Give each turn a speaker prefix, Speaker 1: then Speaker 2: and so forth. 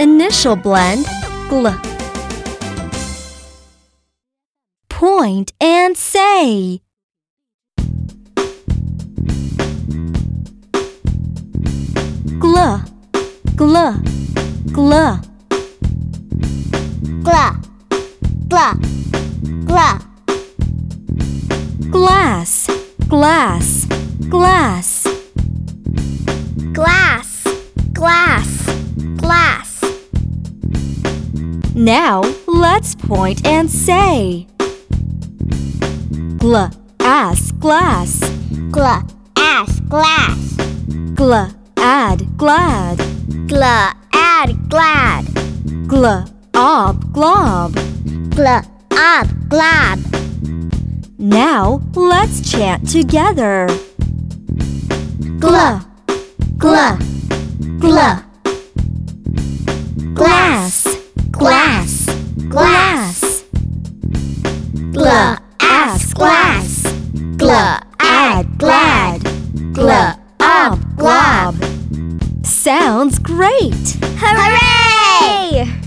Speaker 1: Initial blend, gl. Point and say. Gl, gl, gl,
Speaker 2: Gla, gla, gla.
Speaker 1: glass, glass, glass.
Speaker 2: Glass, glass, glass.
Speaker 1: Now let's point and say. Gl, ass, glass.
Speaker 2: Gla, ass, glass.
Speaker 1: Gl, add, glad.
Speaker 2: Gla, add, er glad.
Speaker 1: Gl, ob, glob.
Speaker 2: Gla, up, er glad.
Speaker 1: Now let's chant together.
Speaker 2: Gla, gla, gla.
Speaker 1: glass,
Speaker 2: glass,
Speaker 1: glass.
Speaker 2: Gla, ass, glass. Gla, add, er glad. er Gla, up, glob.
Speaker 1: Sounds great.
Speaker 2: Hooray!